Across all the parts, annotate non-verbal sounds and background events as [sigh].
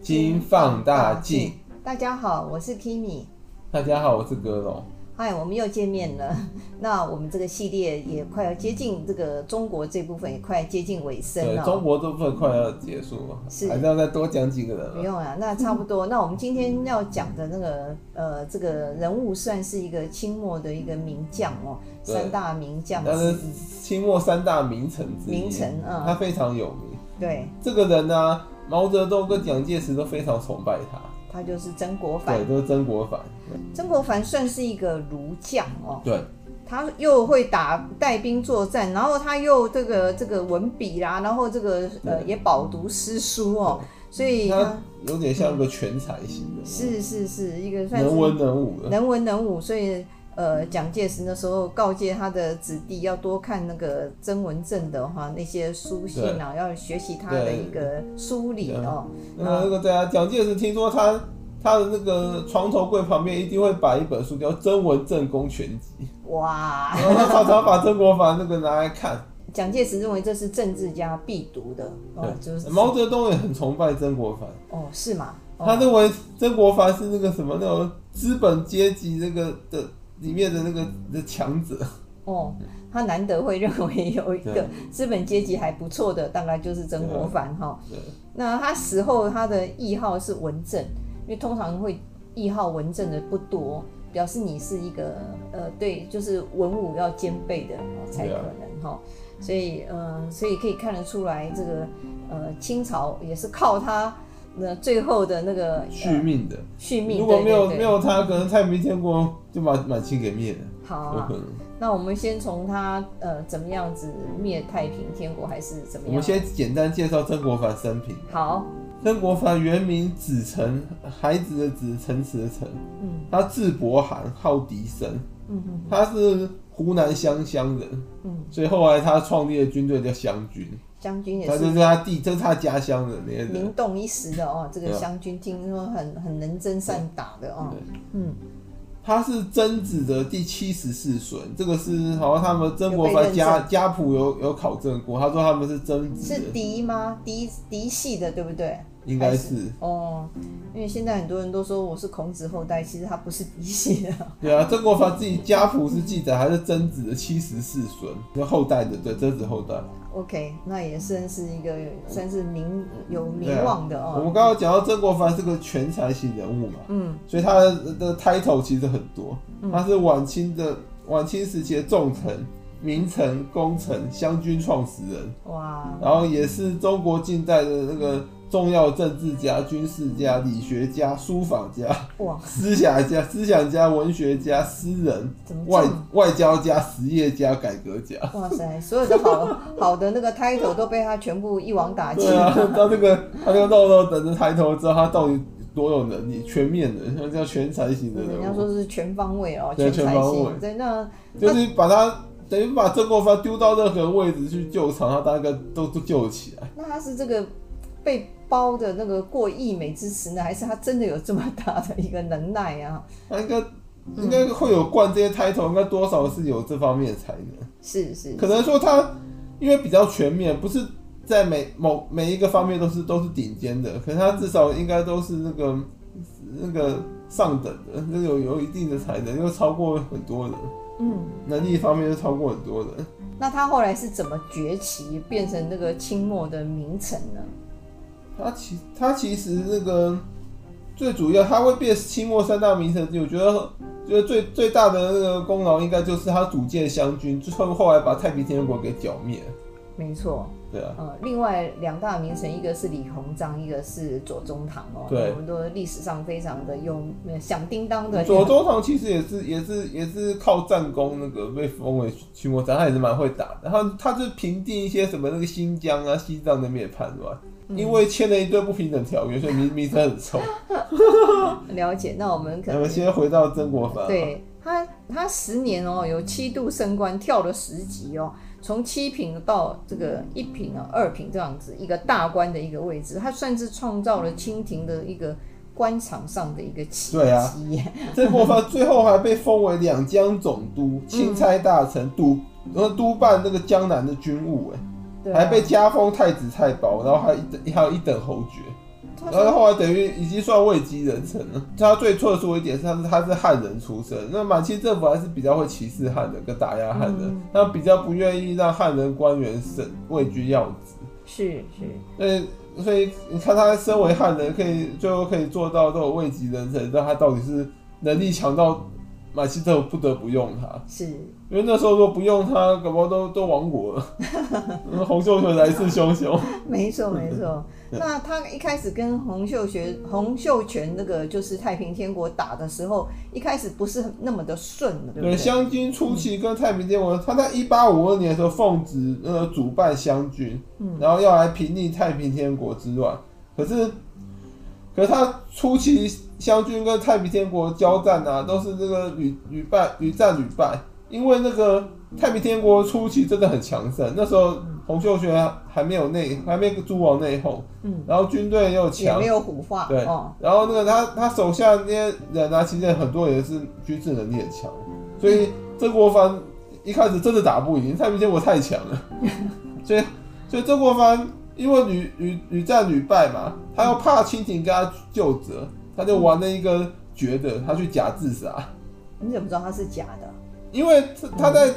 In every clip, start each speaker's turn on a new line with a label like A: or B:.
A: 金放大镜。
B: 大家好，我是 Kimi。
A: 大家好，我是格龙。
B: 嗨，我们又见面了。
A: 嗯
B: 那我们这个系列也快要接近这个中国这部分，也快接近尾声
A: 对，
B: 了、
A: 中国这部分快要结束了，
B: 哦是
A: 还是要再多讲几个
B: 不
A: 人了。
B: 用啊，那差
A: [laughs]
B: 不多。那我们今天要讲的那个呃，这个人物算是一个清末的一个名将哦，
A: 对
B: 三大名将
A: 但
B: 之
A: 是清末三大名臣之一，
B: 名臣嗯
A: 他非常有名。
B: 对，
A: 这个人呢、毛泽东跟蒋介石都非常崇拜他，
B: 他就是曾国藩
A: 对，。都是曾国藩。
B: 曾国藩算是一个儒将哦，
A: 对，
B: 他又会打带兵作战，然后他又这个这个文笔啦，然后这个呃
A: 对
B: 也饱读诗书哦，所以
A: 他
B: 他
A: 有点像一个全才型的，
B: 是是是一个算是
A: 能文能武的。
B: 能文能武，所以呃，蒋介石那时候告诫他的子弟要多看那个曾文正的哈那些书信啊，要学习他的一个梳理哦。
A: 那个那个对啊，蒋介石听说他他的那个床头柜旁边一定会摆一本书，叫《曾文正公全集》，
B: 哇，
A: 然后他常常把曾国藩那个拿来看。
B: 蒋介石认为这是政治家必读的哦，就是
A: 对，毛泽东也很崇拜曾国藩，
B: 哦是吗？
A: 他
B: 哦
A: 认为曾国藩是那个什么那种资本阶级那个的里面的那个的强者。
B: 哦，他难得会认为有一个资本阶级还不错的，大概就是曾国藩哈。
A: 对，
B: 那他死后他的谥号是文正，因为通常会谥号文正的不多，表示你是一个呃对，就是文武要兼备的、哦、才可
A: 对啊
B: 能哈、所以呃，所以可以看得出来，这个呃清朝也是靠他那最后的那个呃
A: 续命的。
B: 续命，
A: 如果没有
B: 对对对
A: 没有他，可能太平天国就把满清给灭了，
B: 好、
A: 有
B: 啊
A: 可，能。
B: 那我们先从他呃怎么样子灭太平天国，还是怎么
A: 我
B: 样
A: 们？先简单介绍曾国藩生平。
B: 好，
A: 曾国藩原名子成，孩子的子，城池的城。
B: 嗯
A: 他字伯涵，号笛声。
B: 嗯嗯
A: 他是湖南湘乡人，
B: 嗯，
A: 所以后来他创立的军队叫湘军。
B: 将军也
A: 他
B: 是
A: 就是他弟，这是他家乡的那些人。
B: 名动一时的哦，这个
A: 对啊
B: 湘军听说很很能征善打的哦
A: 对，
B: 嗯，
A: 他是曾子的第七十四孙，这个是好像他们曾国藩
B: 有被
A: 家
B: 认
A: 家谱有有考证过，他说他们是曾子
B: 是
A: 的，
B: 嫡吗？嫡嫡系的对不对？
A: 应该
B: 还
A: 是
B: 哦，因为现在很多人都说我是孔子后代，其实他不是嫡系的，
A: 对啊。曾国藩自己家谱是记载他是曾子的七十四孙，就后代的对曾子后代。
B: 哦 OK，那也算是一个算是名有
A: 对
B: 名
A: 啊
B: 望的
A: 我
B: 哦，
A: 们刚刚讲到曾国藩是个全才型人物嘛，
B: 嗯，
A: 所以他的的 title 其实很多，他是晚清的晚清时期的重臣、名臣、功臣、湘军创始人，
B: 哇，
A: 然后也是中国近代的那个重要政治家、军事家、理学家、书法家、 [laughs]
B: 哇，
A: 思想家、思想家、文学家、诗人、
B: 怎么
A: 外
B: 这么？
A: 外交家、实业家、改革家。
B: 哇塞，所有的好好的那个 title 都被他全部一网打尽
A: 对啊，到这个 [laughs] 他这个肉肉等着抬头之后，他到底多有能力？全面的，像叫全才型的
B: 人家
A: 人物，
B: 嗯说是全方位哦，
A: 对
B: 才
A: 全方位
B: 性。对，那
A: 就是把他等于把曾国藩丢到任何位置去救场，他大概都都救起来。
B: 那他是这个被包的那个过亿美之词呢，还是他真的有这么大的一个能耐啊？
A: 他应该应
B: 嗯
A: 该会有冠这些抬头，应该多少是有这方面的才能。
B: 是是，
A: 可能说他因为比较全面，不是在每某每一个方面都是都是顶尖的，可是他至少应该都是那个那个上等的，那有有一定的才能，又超过很多人。
B: 嗯，
A: 能力方面就超过很多人。
B: 那他后来是怎么崛起，变成那个清末的名臣呢？
A: 他其他其实那个最主要，他会变清末三大名臣，我觉得觉得最最大的那个功劳应该就是他组建湘军，最后后来把太平天国给剿灭。
B: 没错，
A: 对啊，
B: 呃，另外两大名臣，一个是李鸿章，一个是左宗棠哦，
A: 对
B: 我们都历史上非常的有呃响叮当的
A: 左宗棠其实也是也是也是靠战功那个被封为驱魔长，他也是蛮会打的。然后他就平定一些什么那个新疆啊、西藏那边的叛乱，
B: 嗯
A: 因为签了一堆不平等条约，所以名名声
B: [laughs]
A: 很臭。
B: 了解。那我们
A: 我
B: 可能
A: 们先回到曾国藩，
B: 对他，他十年哦，有七度升官，跳了十级哦，从七品到这个一品啊、二品这样子一个大官的一个位置，他算是创造了清廷的一个官场上的一个奇
A: 对啊
B: 迹耶。
A: 曾国藩最后还被封为两江总督、
B: 嗯
A: 钦差大臣、督呃督办那个江南的军务，哎、
B: 对啊
A: 还被加封太子太保，然后还一等还有一等侯爵，
B: 他
A: 然后
B: 说
A: 后来等于已经算位极人臣了。他最特殊的一点是，他是他是汉人出身，那满清政府还是比较会歧视汉人跟打压汉人
B: 嗯，
A: 他比较不愿意让汉人官员升位居要职。
B: 是是，
A: 所以所以你看他身为汉人，可以最后可以做到这种位极人臣，那他到底是能力强到满清政府不得不用他。
B: 是
A: 因为那时候若不用他，搞不好都都亡国
B: [laughs]
A: 了。嗯洪秀全来势汹汹，
B: 没错没错。
A: [laughs] 对
B: 那他一开始跟洪秀学洪秀全那个就是太平天国打的时候，一开始不是很那么的顺的，对不
A: 对，
B: 对？
A: 湘军初期跟太平天国，他在一八五二年的时候奉旨呃主办湘军，
B: 嗯
A: 然后要来平定太平天国之乱。可是，可是他初期湘军跟太平天国交战啊，都是这个屡屡败屡战屡败，因为那个太平天国初期真的很强盛，那时候洪秀全还没有内还没诸王内讧，
B: 嗯，
A: 然后军队又
B: 也
A: 强
B: 没。有腐化
A: 对
B: 哦，
A: 然后那个他他手下那些人啊，其实很多也是军事能力很强，所以曾国藩一开始真的打不赢，太平天国太强了，所以所以曾国藩因为屡屡屡战屡败嘛，他又怕清廷给他救责，他就玩了一个绝的，他去假自杀，
B: 你怎么知道他是假的？
A: 因为他他在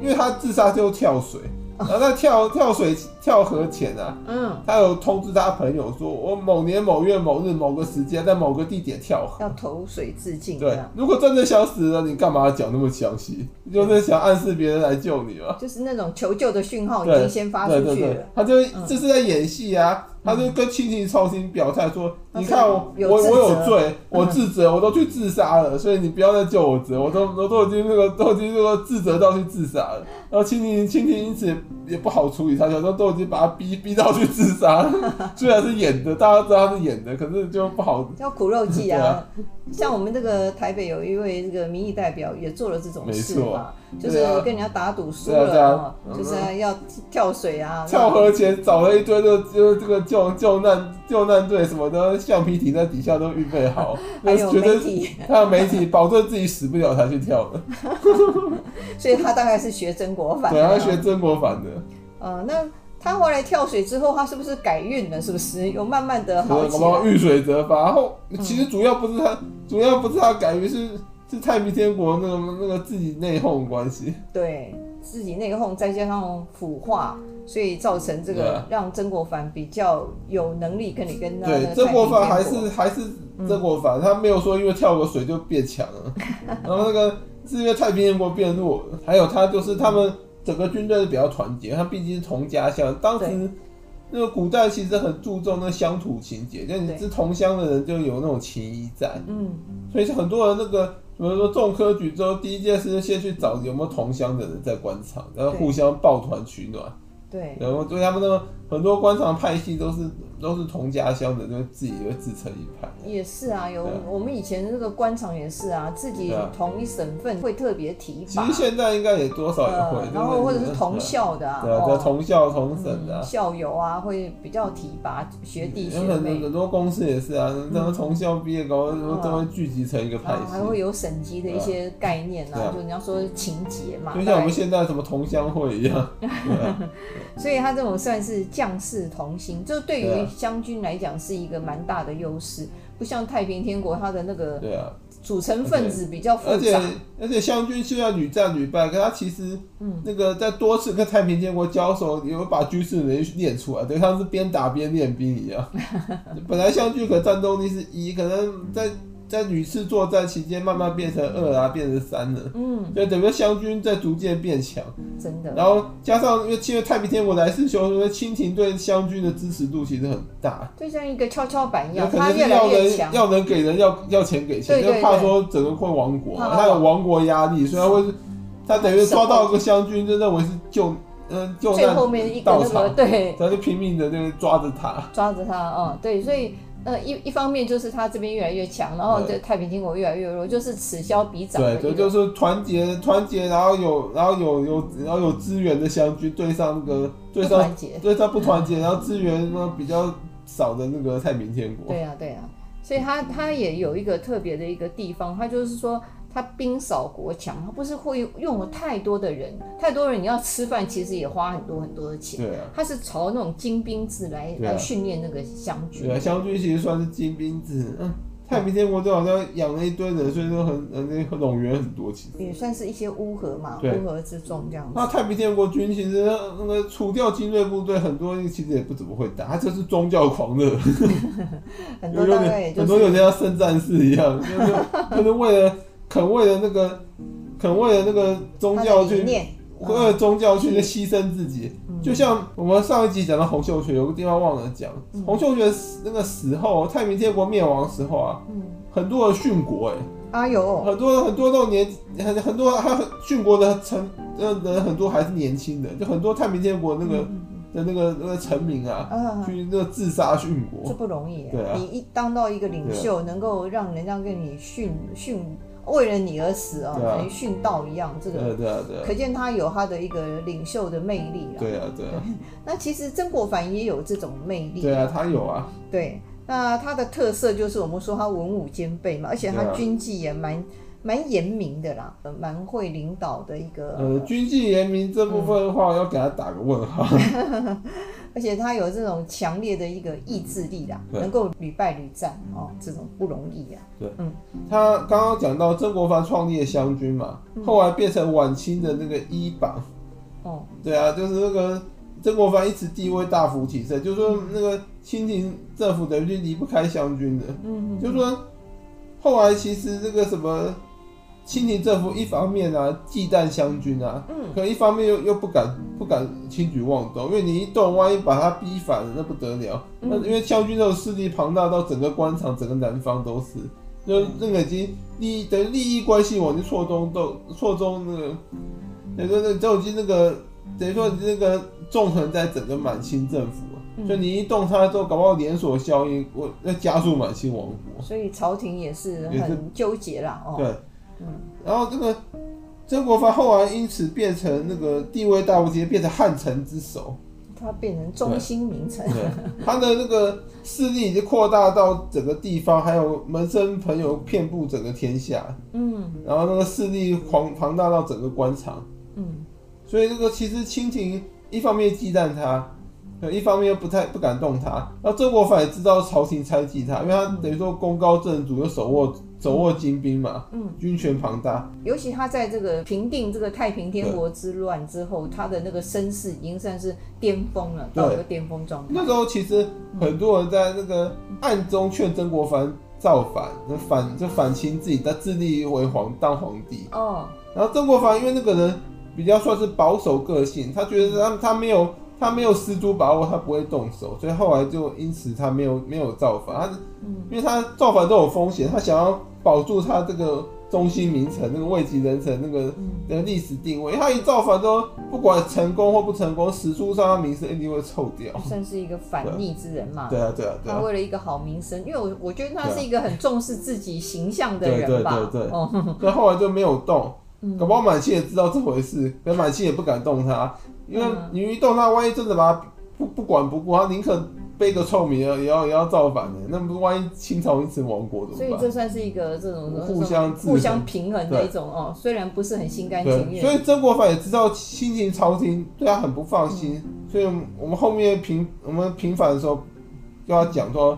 A: 因为他自杀就跳水，然后在跳跳水跳河前啊，
B: 嗯，
A: 他有通知他朋友说，我某年某月某日某个时间在某个地点跳河。
B: 要投水自尽这
A: 对
B: 样，，
A: 如果真的想死了，你干嘛讲那么详细？你就是想暗示别人来救你嘛？
B: 就是那种求救的讯号已
A: 对
B: 经先发
A: 对
B: 出
A: 对
B: 去
A: 对
B: 了。，
A: 他就
B: 嗯
A: 这是在演戏啊，他就跟清廷朝廷表态说：“
B: 嗯他
A: 你
B: 是
A: 看我，
B: 有
A: 我
B: 自责嗯
A: 我有罪，我自责，我都去自杀了，所以你不要再救我责，我都
B: 嗯
A: 我都已经那个都已经那个自责到去自杀了。”然后清廷清廷因此也也不好处理他，想说都已经把他逼逼到去自杀
B: [laughs]
A: 了，虽然是演的，大家知道他是演的，可是就不好
B: 叫苦肉计啊！
A: 对啊
B: 像我们这个台北有一位这个民意代表也做了这种事
A: 没错
B: 嘛，就是
A: 对啊
B: 跟人家打赌输
A: 对啊对
B: 了、
A: 啊
B: 哦就是要跳水
A: [laughs]
B: 啊，
A: 跳河前找了一堆的，就是这个救救难救难队什么的，橡皮艇在底下都预备好，
B: [laughs]
A: 那
B: 还有
A: 绝
B: 媒
A: [laughs] 对啊
B: 体，
A: 还有媒体保证自己死不了才去跳
B: [laughs]
A: 的，
B: 所以他大概是学曾国藩。
A: 对，他啊学曾国藩的，
B: 呃，那他后来跳水之后，他是不是改运了？是不是有慢慢的好
A: 对，啊
B: 起
A: 搞不好
B: 来？
A: 遇水则发。然后
B: 嗯
A: 其实主要不是他，主要不是他改于是是太平天国那个那个自己内讧关系，
B: 对自己内讧，再加上腐化，所以造成这
A: 对
B: 个
A: 啊
B: 让曾国藩比较有能力跟你跟他那
A: 对
B: 个，
A: 曾国藩
B: 太
A: 还
B: 平天
A: 是还是
B: 嗯
A: 曾国藩，他没有说因为跳个水就变强
B: [laughs]
A: 了，然后那个是因为太平天国变弱了，还有他就是他们整个军队比较团结，他毕竟是同家乡，当时
B: 对。
A: 那个古代其实很注重那乡土情结，就你
B: 对
A: 是同乡的人就有那种情谊在，
B: 嗯。
A: 所以很多人那个，比如说中科举之后，第一件事就先去找有没有同乡的人在官场，然后
B: 对
A: 互相抱团取暖。
B: 对，
A: 然后对他们那个很多官场派系都是都是同家乡的，就自己就自成一派。
B: 也是啊，有
A: 对啊
B: 我们以前那个官场也是啊，自己
A: 对啊
B: 同一省份会特别提
A: 其
B: 拔
A: 实，现在应该也多少也会，
B: 呃，然后或者是同
A: 校，
B: 校的啊，
A: 对啊，对啊同校同省的
B: 嗯
A: 啊，
B: 校友啊，会比较提拔学弟学
A: 有很多
B: 妹，
A: 很多公司也是啊，他们同校毕业搞不好
B: 嗯
A: 都会聚集成一个派
B: 然后还会
A: 系，
B: 有省级的一些概念
A: 对
B: 啊，
A: 啊
B: 就你要说情节嘛，
A: 就像我
B: 大
A: 们
B: 概
A: 现在什么同乡会一样。对啊
B: 所以他这种算是将士同心，这对
A: 对
B: 于
A: 啊
B: 湘军来讲是一个蛮大的优势，不像太平天国，他的那个
A: 对啊，
B: 组成分子比较复
A: 而且
B: 杂，
A: 而且湘军虽然屡战屡败，可他其实
B: 嗯
A: 那个在多次跟太平天国交手，有把军事能力练出来，等于他是边打边练兵一
B: [laughs]
A: 样。本来湘军可战斗力是一，可能在在屡次作战期间慢慢变成二啊，变成三了。
B: 嗯，
A: 就等于湘军在逐渐变强，
B: 真的，
A: 然后加上因为因为太平天国来势汹汹，所以清廷对湘军的支持度其实很大。
B: 就像一个跷跷板
A: 有
B: 一样，
A: 可
B: 他
A: 能
B: 越
A: 是
B: 来
A: 要
B: 越强
A: 人。要人给人要要钱给钱，
B: 对对
A: 就怕说整个会亡国嘛，
B: 怕哦
A: 他有亡国压力，所以他会他等于抓到一个湘军，就认为是救嗯救
B: 最
A: 难
B: 后面一个
A: 稻
B: 那
A: 草
B: 个，对，
A: 他就拼命的那个抓着他。
B: 抓着他哦，对，所以呃一一方面就是他这边越来越强，然后
A: 对
B: 这太平天国越来越弱，就是此消彼长的
A: 对对，
B: 一个
A: 就是团结团结，然后有然后有有然后有资源的湘军对上那个对
B: 不
A: 上
B: 团结。
A: 对上不团结，然后资源呢比较少的那个太平天国。
B: 对啊，对啊，所以他他也有一个特别的一个地方，他就是说他兵少国强，他不是会用了太多的人，太多人你要吃饭，其实也花很多很多的钱。
A: 对啊，
B: 他是朝那种精兵制来、
A: 对啊
B: 来训练那个湘军
A: 对。啊，湘军其实算是精兵制，嗯，太平天国就好像养了一堆人，所以说很很很冗员很多，其实。
B: 也算是一些乌合嘛，
A: 对啊
B: 乌合之众这样子
A: 那。太平天国军其实那个除掉精锐部队，很多人其实也不怎么会打，他就是宗教狂热，
B: 很
A: 有
B: 多
A: 有
B: 大概也
A: 点
B: 就
A: 很多有
B: 是
A: 点像圣战士一样，就是就是为了肯为了那个肯为了那个宗
B: 他
A: 教
B: 的理嗯
A: 去嗯
B: 念，
A: 为了宗教去牺牲自己，就像我们上一集讲到洪秀全，有个地方忘了讲，
B: 嗯
A: 洪秀全死那个死后，太平天国灭亡的时候啊，
B: 嗯，
A: 很多人殉国、欸，
B: 啊有，
A: 很多很多都年很很多还有殉国的成呃人很多还是年轻的，就很多太平天国那
B: 嗯
A: 个的那个那个臣民啊，
B: 啊，
A: 去那个自杀殉
B: 这
A: 国，
B: 不容易
A: 对啊啊
B: 你一当到一个领袖，能够让人家跟你训训，为了你而死啊，
A: 对啊
B: 等于殉道一样，这
A: 对
B: 个
A: 啊对啊对啊
B: 可见他有他的一个领袖的魅力啊。
A: 对啊对啊
B: 那其实曾国藩也有这种魅力，
A: 对啊，他有啊，
B: 对，那他的特色就是我们说他文武兼备嘛，而且他
A: 对啊
B: 军纪也蛮蛮严明的啦，呃蛮会领导的一个，
A: 呃，军纪严明这部分的话，要给他打个问号，
B: 而且他有这种强烈的一个意志力啦，
A: 对
B: 能够屡败屡战哦，这种不容易啊。
A: 他刚刚讲到曾国藩创立的湘军嘛，后来变成晚清的那个一榜，
B: 哦，
A: 对啊，就是那个曾国藩一直地位大幅提升，就是说那个清廷政府等于就离不开湘军的，
B: 嗯，
A: 就是说后来其实那个什么清廷政府一方面啊忌惮湘军啊，
B: 嗯，
A: 可一方面又又不敢不敢轻举妄动，因为你一动，万一把他逼反了，那不得了。
B: 嗯
A: 那、因为湘军这种势力庞大到整个官场、整个南方都是，
B: 嗯
A: 就那个已经利益等于利益关系网就错综斗错综那个，等于说那就已经那个等于说你那个纵横在整个满清政府啊。
B: 嗯
A: 就你一动它之后，搞不好连锁效应，我要加速满清王国。
B: 所以朝廷也是
A: 也是
B: 很纠结啦，哦，
A: 对，然后这个曾国藩后来因此变成那个地位大不接，变成汉城之首。
B: 他变成中心名臣，
A: 对，他的那个势力已经扩大到整个地方，还有门生朋友遍布整个天下，
B: 嗯
A: 然后那个势力狂庞大到整个官场，
B: 嗯，
A: 所以这个其实清廷一方面忌惮他。呃一方面又不太不敢动他，然后曾国藩也知道朝廷猜忌他，因为他等于说功高震主，又手握手握精兵嘛，
B: 嗯，
A: 军权庞大，
B: 尤其他在这个平定这个太平天国之乱之后，他的那个声势已经算是巅峰了，
A: 对
B: 到一个巅峰状态。
A: 那时候其实很多人在那个暗中劝曾国藩造反，就反就反清自己，他自立为皇当皇帝。
B: 哦，
A: 然后曾国藩因为那个人比较算是保守个性，他觉得他他没有他没有十足把握，他不会动手，所以后来就因此他没有没有造反，他
B: 嗯
A: 因为他造反都有风险，他想要保住他这个中心名城那个位极人城那个
B: 嗯，
A: 的历史定位，他一造反之后，不管成功或不成功，史书上他名声一定会臭掉。
B: 算是一个反逆之人嘛。
A: 对啊，对啊，对
B: 他
A: 啊，
B: 为了一个好名声，因为我我觉得他是一个很重视自己形象的
A: 对
B: 人吧。
A: 对对对 [laughs]
B: 哦，
A: 所以后来就没有动
B: 嗯。
A: 搞不好满清也知道这回事，可满清也不敢动他，因为
B: 嗯
A: 你一动他，万一真的把他不不管不顾，他宁可背个臭名也要也要也要造反的。那不万一清朝因此亡国怎
B: 所以
A: 么办？
B: 这算是一个这种
A: 互相制衡
B: 互相平衡的一种哦，虽然不是很心甘情
A: 对，所
B: 愿。
A: 以曾国藩也知道清廷朝廷对他很不放心，
B: 嗯
A: 所以我们后面平我们平反的时候就要讲说，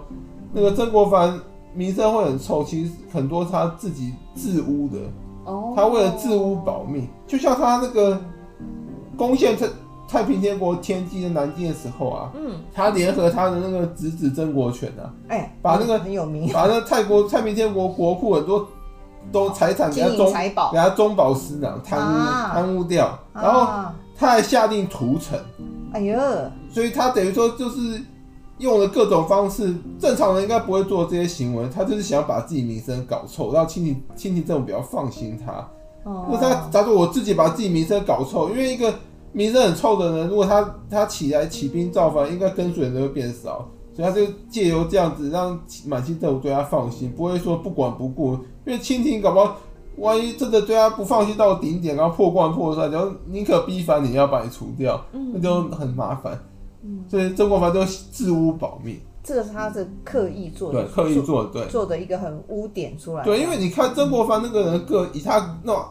A: 那个曾国藩名声会很臭，其实很多他自己自污的，
B: 哦，
A: 他为了治污保命，就像他那个攻陷太太平天国天津的南京的时候啊，
B: 嗯，
A: 他联合他的那个侄子曾国荃啊，
B: 哎，
A: 把那个
B: 很有
A: [laughs]
B: 名，
A: 把那泰国太平天国国库很多都财产给他
B: 金银
A: 中
B: 财宝
A: 给他中饱私囊，贪污
B: 啊
A: 贪污掉，然后
B: 啊
A: 他还下令屠城，
B: 哎呦，
A: 所以他等于说就是。用了各种方式，正常人应该不会做这些行为，他就是想把自己名声搞臭，让清廷清廷政府比较放心他。
B: 哦
A: 那他假如我自己把自己名声搞臭，因为一个名声很臭的人，如果他他起来起兵造反，应该跟随的人会变少，所以他就借由这样子让满清政府对他放心，不会说不管不顾，因为清廷搞不好。万一真的对他不放心到顶点，然后破罐破摔，然后宁可逼反
B: 嗯
A: 你，也要把你除掉，那就很麻烦。所以曾国藩就自污保命。
B: 这个是他是刻意做
A: 对
B: 的，，
A: 刻意做对
B: 做的一个很污点出来。
A: 对，因为你看曾国藩那个人个，以他那种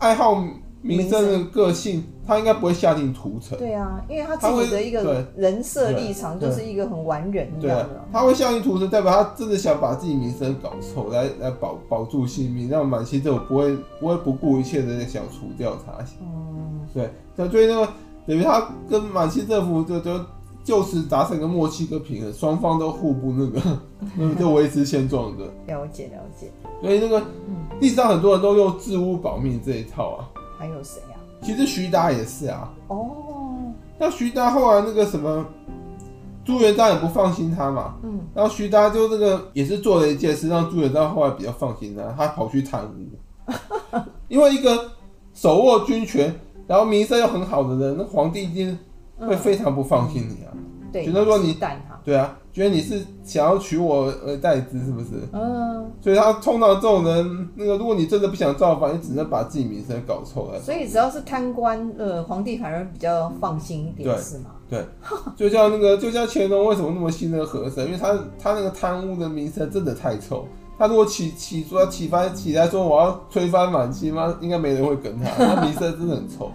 A: 爱好名声的个性，他应该不会下定屠城。
B: 对啊，因为他
A: 他
B: 自
A: 会
B: 己的一个人设立场
A: 对
B: 就
A: 对
B: 是一个很完人这
A: 对啊
B: 样的。，
A: 他会下定屠城，代表他真的想把自己名声搞臭，来来保保住性命，让满清政府不会不会不顾一切的想除掉他。
B: 嗯，
A: 对，那所以那个等于他跟满清政府就就就此达成一个默契跟平衡，双方都互不那个， [laughs] 那么就维持现状的。
B: 了解了解。
A: 所以那个
B: 嗯，
A: 历史上很多人都用治污保命这一套啊，
B: 还有谁啊？
A: 其实徐达也是啊。
B: 哦，
A: 那徐达后来那个什么，朱元璋也不放心他嘛，
B: 嗯，
A: 然后徐达就这个也是做了一件事，让朱元璋后来比较放心他，他跑去贪污， [laughs] 因为一个手握军权，然后名声又很好的人，那皇帝一定会
B: 嗯，
A: 非常不放心你啊，
B: 对，
A: 觉得说你
B: 忌惮他，
A: 对啊，觉得你是想要取我而代之，是不是？
B: 嗯，
A: 所以他碰到这种人，那个如果你真的不想造反，你只能把自己名声搞臭了。
B: 嗯所以只要是贪官，呃，皇帝反而比较放心一点，
A: 对
B: 是吗？
A: 就像那个，就像乾隆为什么那么信任和珅？因为他他那个贪污的名声真的太臭。他如果起起说起翻起来说我要推翻满清吗？应该没人会跟他，他名声真的很臭。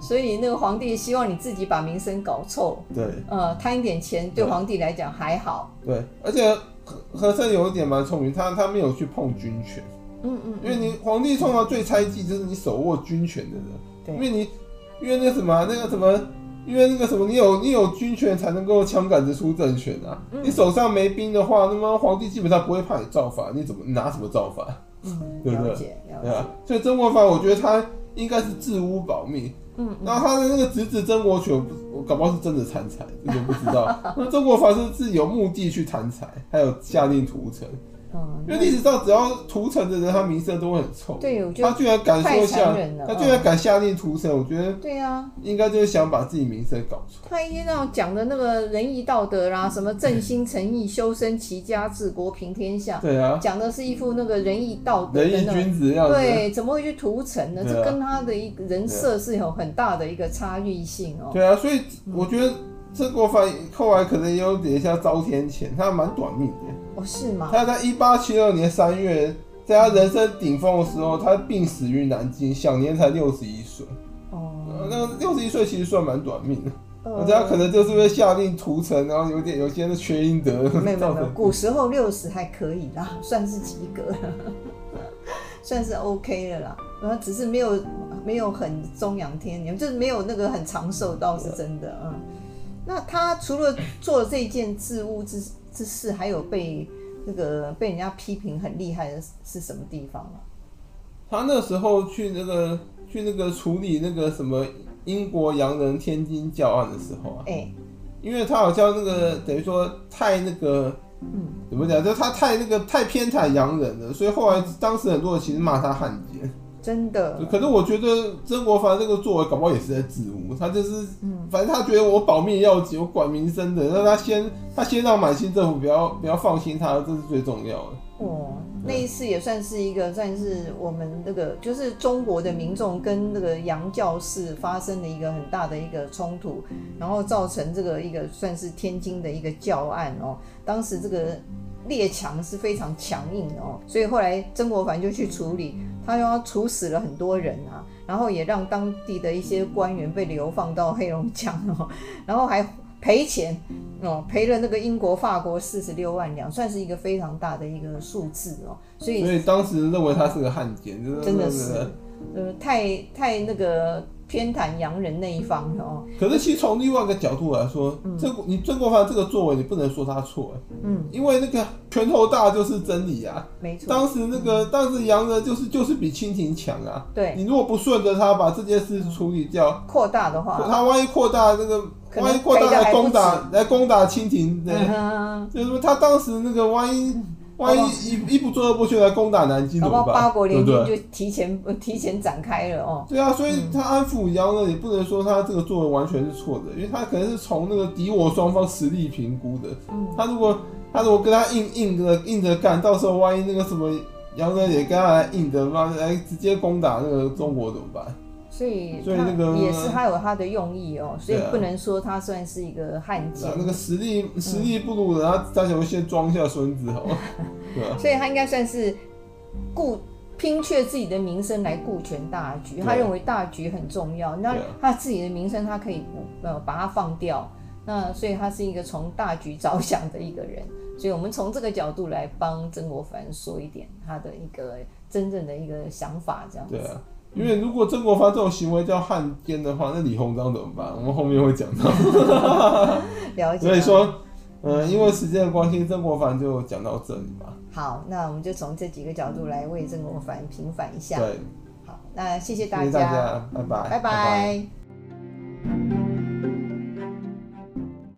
B: 所以那个皇帝希望你自己把名声搞臭，
A: 对
B: 呃，贪一点钱对
A: 对
B: 皇帝来讲还好。
A: 对，而且和和珅有一点蛮聪明，他他没有去碰军权，
B: 嗯嗯，
A: 因为你
B: 嗯
A: 皇帝通常最猜忌就是你手握军权的人。因
B: 对
A: 为你，因为那什么啊、那个什么，因为那个什么，你有你有军权才能够枪杆子出政权啊。
B: 嗯
A: 你手上没兵的话，那么皇帝基本上不会怕你造反，你怎么你拿什么造反？
B: 嗯
A: 对不对
B: 了解了
A: 对啊
B: 解，
A: 吧？所以曾国藩，我觉得他应该是治污保命。
B: 嗯嗯
A: 那他的那个侄子曾国荃，我不我搞不好是真的贪财，这就不知道。
B: [laughs]
A: 那曾国藩是是有目的去贪财，还有下令屠城。
B: 嗯，
A: 因为历史上只要屠城的人，他名声都会很臭。
B: 对，我觉
A: 他
B: 得
A: 居然敢
B: 太
A: 说
B: 残
A: 下，
B: 忍了嗯
A: 他居然敢下令屠城，我觉得
B: 对啊，
A: 应该就是想把自己名声搞臭。
B: 他一那种讲的那个仁义道德啦，什么正心诚意、修身齐家治国平天下，
A: 对啊，
B: 讲的是一副那个仁义道德
A: 仁
B: 的
A: 义
B: 那种。
A: 君子的样子。
B: 对，怎么会去屠城呢？
A: 对啊
B: 这跟他的一个人设是有很大的一个差异性哦。
A: 对啊，所以我觉得曾国藩后来可能也有点像遭天谴，他蛮短命的。
B: 哦，是吗？
A: 他在一八七二年三月，在他人生顶峰的时候，他病死于南京，享年才六十一岁。呃
B: 哦，
A: 那六十一岁其实算蛮短命的。我觉
B: 呃
A: 得啊他可能就是被下令屠城，然后有点有些是缺阴德
B: [laughs] 没有没有
A: 造
B: 没有，
A: 成。
B: 古时候六十还可以啦，算是及格 [laughs] 了，算是 OK 的啦。然后只是没有没有很中阳天年，就是没有那个很长寿，倒是真的。嗯，那他除了做这件治污之之事，还有被那个被人家批评很厉害的是什么地方吗？
A: 他那时候去那个去那个处理那个什么英国洋人天津教案的时候啊，
B: 哎、
A: 因为他好像那个等于说太那个
B: 嗯，
A: 怎么讲，就他太那个太偏袒洋人了，所以后来当时很多人其实骂他汉奸。
B: 真的，
A: 可是我觉得曾国藩这个作为，搞不好也是在自污，他就是
B: 嗯，
A: 反正他觉得我保命要紧，我管民生的，那他先他先让满清政府不要不要放心他，这是最重要的。
B: 哦，
A: 嗯
B: 那一次也算是一个，算是我们那个就是中国的民众跟那个洋教士发生了一个很大的一个冲突，然后造成这个一个算是天津的一个教案哦。当时这个列强是非常强硬的哦，所以后来曾国藩就去处理，他要处死了很多人啊，然后也让当地的一些官员被流放到黑龙江哦， [laughs] 然后还赔钱哦，赔了那个英国、法国四十六万两，算是一个非常大的一个数字哦，所以
A: 所以当时认为他是个汉奸，真
B: 真的是呃太太那个偏袒洋人那一方了哦，
A: 可是，其实从另外一个角度来说，这个你曾国藩这个作为，你不能说他错，
B: 嗯，
A: 因为那个拳头大就是真理啊。
B: 没错，嗯
A: 当时那个当时洋人就是就是比清廷强啊。
B: 对，
A: 你如果不顺着他把这件事处理掉，
B: 扩大的话，
A: 他万一扩大那个，
B: 可能
A: 万一扩大
B: 赔得还
A: 来
B: 不
A: 攻打来攻打清廷，对，
B: 嗯，
A: 就是说他当时那个万一万
B: 好吧
A: 一一一不做二不休来攻打南京
B: 搞
A: 怎
B: 不
A: 么
B: 好八
A: 办？
B: 国
A: 对
B: 联
A: 不
B: 军
A: 对？
B: 就提前 [laughs] 呃提前展开了哦，
A: 对啊，所以他安抚洋人，也不能说他这个作为完全是错的，因为他可能是从那个敌我双方实力评估的。
B: 嗯
A: 他如果他如果跟他硬硬的硬着干，到时候万一那个什么洋人也跟他来硬的，妈的来直接攻打那个中国怎么办？
B: 所以
A: 所以
B: 它
A: 那个
B: 也是它有它的用意哦，所以
A: 对啊
B: 不能说它算是一嗯个汉奸
A: 啊，，那个实力实力不如人，他他想先装一下孙子，好吗？对啊吧？
B: 所以他应该算是顾拼却自己的名声来顾全大局。
A: 对
B: 他认为大局很重要，那
A: 对啊
B: 他自己的名声他可以不呃把它放掉。那所以他是一个从大局着想的一个人。所以我们从这个角度来帮曾国藩说一点他的一个真正的一个想法，这样子。
A: 对啊，因为如果曾国藩这种行为叫汉奸的话，那李鸿章怎么办？我们后面会讲到。
B: 了解。啊
A: 所以说，嗯、因为时间的关系，曾国藩就讲到这里嘛。
B: 好，那我们就从这几个角度来为曾国藩平反一下。
A: 对，
B: 好，那谢谢
A: 谢谢大家，拜拜，
B: 拜拜